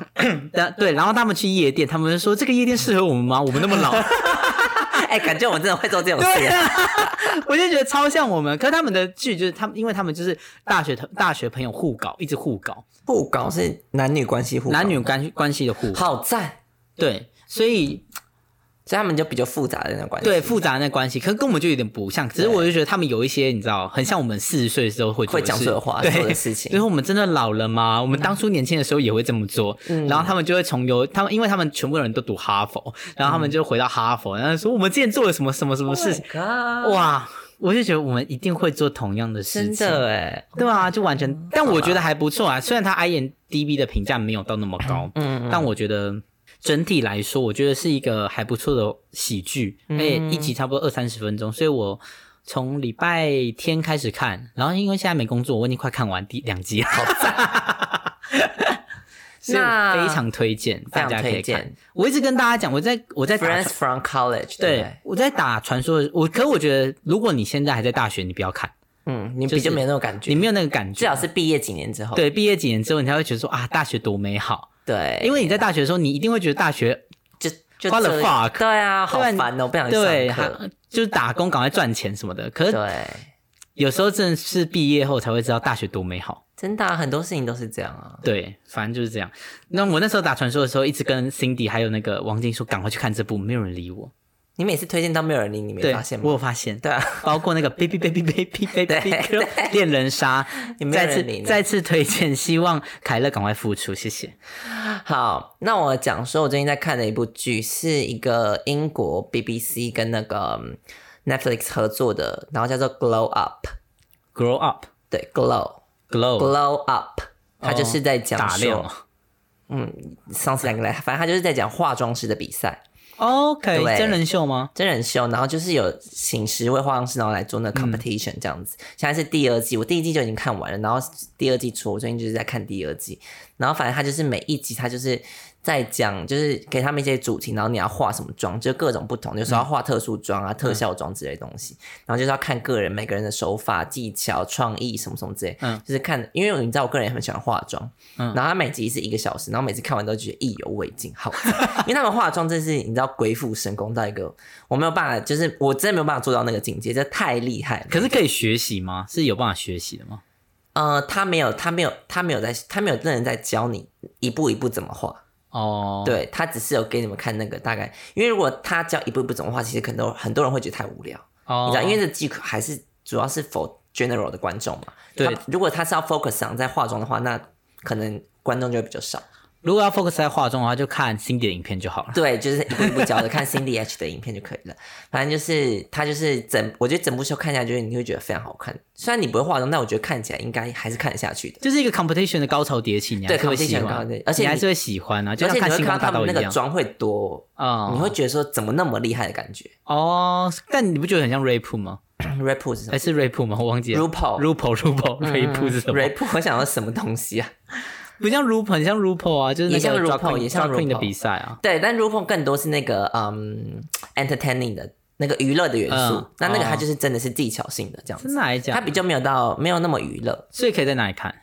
Speaker 1: 但对，然后他们去夜店，他们就说这个夜店适合我们吗？我们那么老，
Speaker 2: 哎、感觉我真的会做这种
Speaker 1: 对
Speaker 2: 事。
Speaker 1: 啊，我就觉得超像我们。可是他们的剧就是他们，因为他们就是大学同大学朋友互搞，一直互搞，
Speaker 2: 互搞是男女关系互搞，
Speaker 1: 男女关关系的互搞，
Speaker 2: 好赞，
Speaker 1: 对，所以
Speaker 2: 所以他们就比较复杂的那种关系，
Speaker 1: 对，复杂的关系，可是跟我们就有点不像。只是我就觉得他们有一些，你知道，很像我们四十岁的时候会做
Speaker 2: 会
Speaker 1: 的
Speaker 2: 讲
Speaker 1: 事
Speaker 2: 这话
Speaker 1: 对
Speaker 2: 做的事情 嗯
Speaker 1: 就是我们真的老了吗？我们当初年轻的时候也会这么做。然后他们就会从由他们，因为他们全部人都读哈佛，然后
Speaker 2: 嗯
Speaker 1: 他们就回到哈佛，然后说我们之前做了什么什么什
Speaker 2: Oh
Speaker 1: 么事情。
Speaker 2: 哇，
Speaker 1: 哇，我就觉得我们一定会做同样的事
Speaker 2: 真
Speaker 1: 情。
Speaker 2: 的哎，
Speaker 1: 对啊，就完全，但我觉得还不错啊。虽然它 IMDB 的评价没有到那么高，嗯，但我觉得整体来说，我觉得是一个还不错的喜剧，
Speaker 2: 嗯
Speaker 1: 而且一集差不多二三十分钟，所以我从礼拜天开始看，然后因为现在没工作，我已经快看完第两集了，好赞。 所以我
Speaker 2: 那
Speaker 1: 非常推荐大家可以
Speaker 2: 非常推
Speaker 1: 看
Speaker 2: 荐。
Speaker 1: 我一直跟大家讲，我在我在打
Speaker 2: friends from college，对不
Speaker 1: 对
Speaker 2: 对，
Speaker 1: 我在打传说的，我可我觉得，如果你现在还在大学，你不要看，
Speaker 2: 嗯，你
Speaker 1: 就
Speaker 2: 比较
Speaker 1: 是
Speaker 2: 没有那种感觉，
Speaker 1: 你没有那个感觉，
Speaker 2: 至少是毕业几年之后，
Speaker 1: 对，毕业几年之后，你才会觉得说啊，大学多美好。
Speaker 2: 对，
Speaker 1: 因为你在大学的时候，你一定会觉得大学
Speaker 2: 就就
Speaker 1: 花了
Speaker 2: 这
Speaker 1: fuck
Speaker 2: 对啊，好
Speaker 1: 对啊你
Speaker 2: 烦哦，不想去
Speaker 1: 对，
Speaker 2: 上
Speaker 1: 还
Speaker 2: 课，
Speaker 1: 就是打工赶快赚钱什么的。可是
Speaker 2: 对，
Speaker 1: 有时候真的是毕业后才会知道大学多美好。
Speaker 2: 真的啊很多事情都是这样啊。
Speaker 1: 对，反正就是这样。那我那时候打传说的时候，一直跟 Cindy 还有那个王晶说，赶快去看这部，没有人理我。
Speaker 2: 你每次推荐都没有人理你，没
Speaker 1: 对
Speaker 2: 发现，
Speaker 1: 我
Speaker 2: 吗？
Speaker 1: 有发现，
Speaker 2: 对啊，
Speaker 1: 包括那个 baby baby baby baby girl 恋人杀
Speaker 2: 也，没有
Speaker 1: 再
Speaker 2: 人理
Speaker 1: 次
Speaker 2: 呢
Speaker 1: 再次推荐，希望凯乐赶快复出，谢谢。
Speaker 2: 好，那我讲说，我最近在看的一部剧，是一个英国 BBC 跟那个嗯 Netflix 合作的，然后叫做 Glow Up，
Speaker 1: Grow up,
Speaker 2: 对，Glow
Speaker 1: glow，
Speaker 2: Glow Up，它就是在讲
Speaker 1: 打
Speaker 2: 说，嗯
Speaker 1: 亮
Speaker 2: 上次两个来，反正它就是在讲化妆师的比赛，
Speaker 1: ，OK，
Speaker 2: 对
Speaker 1: 真人秀吗？
Speaker 2: 真人秀，然后就是有请十位化妆师，然后来做那个 competition 这样子。现在是第二季，我第一季就已经看完了，然后第二季出，我最近就是在看第二季。然后反正他就是每一集，他就是在讲，就是给他们一些主题，然后你要化什么妆，就各种不同，有时候要化特殊妆啊、特效妆之类的东西。
Speaker 1: 嗯
Speaker 2: 然后就是要看个人每个人的手法、技巧、创意什么什么之类。
Speaker 1: 嗯
Speaker 2: 就是看，因为你知道我个人也很喜欢化妆，
Speaker 1: 嗯
Speaker 2: 然后他每集是一个小时，然后每次看完都觉得意犹未尽，好赞，因为他们化妆真是你知道鬼斧神工到一个我没有办法，就是我真的没有办法做到那个境界，这太厉害了。
Speaker 1: 可是可以学习吗？是有办法学习的吗？
Speaker 2: 呃，他没有，他没有，他没有在，他没有真人在教你一步一步怎么画。
Speaker 1: 哦，，
Speaker 2: 对他只是有给你们看那个大概，因为如果他教一步一步怎么画，其实可能很多人会觉得太无聊，
Speaker 1: 哦
Speaker 2: 你知道，因为这技术还是主要是否 general 的观众嘛。
Speaker 1: 对
Speaker 2: 他如果他是要 focus on 在化妆的话，那可能观众就会比 较少。
Speaker 1: 如果要 focus 在化妆的话，就看 Cindy 的影片就好了。
Speaker 2: 对，就是一步一步教的，看 Cindy H 的影片就可以了。反正就是它就是整，我觉得整部秀看下来，就是你会觉得非常好看。虽然你不会化妆，但我觉得看起来应该还是看得下去的。
Speaker 1: 就是一个 competition 的高潮迭起，你还
Speaker 2: 对
Speaker 1: 是会喜
Speaker 2: competition 的高潮
Speaker 1: 欢
Speaker 2: 迭起，而且
Speaker 1: 你还
Speaker 2: 你
Speaker 1: 是会喜欢啊，就
Speaker 2: 而
Speaker 1: 像
Speaker 2: 且你
Speaker 1: 看
Speaker 2: 会
Speaker 1: 星光
Speaker 2: 看到
Speaker 1: 大
Speaker 2: 他
Speaker 1: 道
Speaker 2: 们
Speaker 1: 一
Speaker 2: 那个
Speaker 1: 样。
Speaker 2: 妆会多，
Speaker 1: 哦
Speaker 2: 你会觉得说怎么那么厉害的 感觉。
Speaker 1: 哦，但你不觉得很像 rap 吗？
Speaker 2: r a p 是什
Speaker 1: 还
Speaker 2: 么
Speaker 1: 是 rap 吗？我忘记了。
Speaker 2: RuPaul
Speaker 1: RuPaul RuPaul
Speaker 2: 嗯
Speaker 1: rap 是什么？
Speaker 2: ？rap 我想要什么东西啊？
Speaker 1: 不像 RuPaul，很像 RuPaul 啊，就是那
Speaker 2: 也像
Speaker 1: 个 drag
Speaker 2: RuPaul，
Speaker 1: queen-
Speaker 2: 也像
Speaker 1: drag queen 的
Speaker 2: RuPaul
Speaker 1: 比赛啊。
Speaker 2: 对，但 RuPaul 更多是那个嗯 entertaining 的那个娱乐的元素，
Speaker 1: 嗯
Speaker 2: 那那个它
Speaker 1: 哦
Speaker 2: 就是真的是技巧性的这样
Speaker 1: 真
Speaker 2: 子，
Speaker 1: 的还
Speaker 2: 它
Speaker 1: 假
Speaker 2: 比
Speaker 1: 的？
Speaker 2: 较没有到没有那么娱乐。
Speaker 1: 所以可以在哪里看？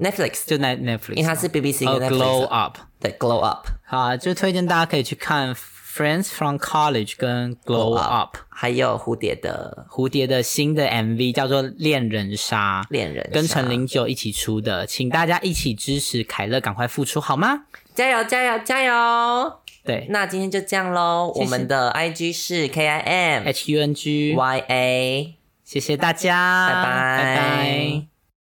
Speaker 2: Netflix
Speaker 1: 就那
Speaker 2: 因为
Speaker 1: Netflix
Speaker 2: 它是 BBC
Speaker 1: 哦
Speaker 2: 跟 Netflix 啊
Speaker 1: Glow
Speaker 2: 的
Speaker 1: Up
Speaker 2: 对 Glow Up，
Speaker 1: 啊，就推荐大家可以去看 Friends from College 跟 Glow
Speaker 2: Glow
Speaker 1: Up
Speaker 2: 还有蝴蝶的
Speaker 1: 蝴蝶的新的 MV 叫做《恋人杀》。
Speaker 2: 恋人，
Speaker 1: 跟陈，零九一起出的，请大家一起支持凯乐，赶快复出好吗？
Speaker 2: 加油加油加油！
Speaker 1: 对
Speaker 2: 那今天就这样喽，
Speaker 1: 谢
Speaker 2: 我们的 IG 是 K I M
Speaker 1: ，H U N G，
Speaker 2: Y A，
Speaker 1: 谢谢大家，
Speaker 2: 拜拜
Speaker 1: 拜拜。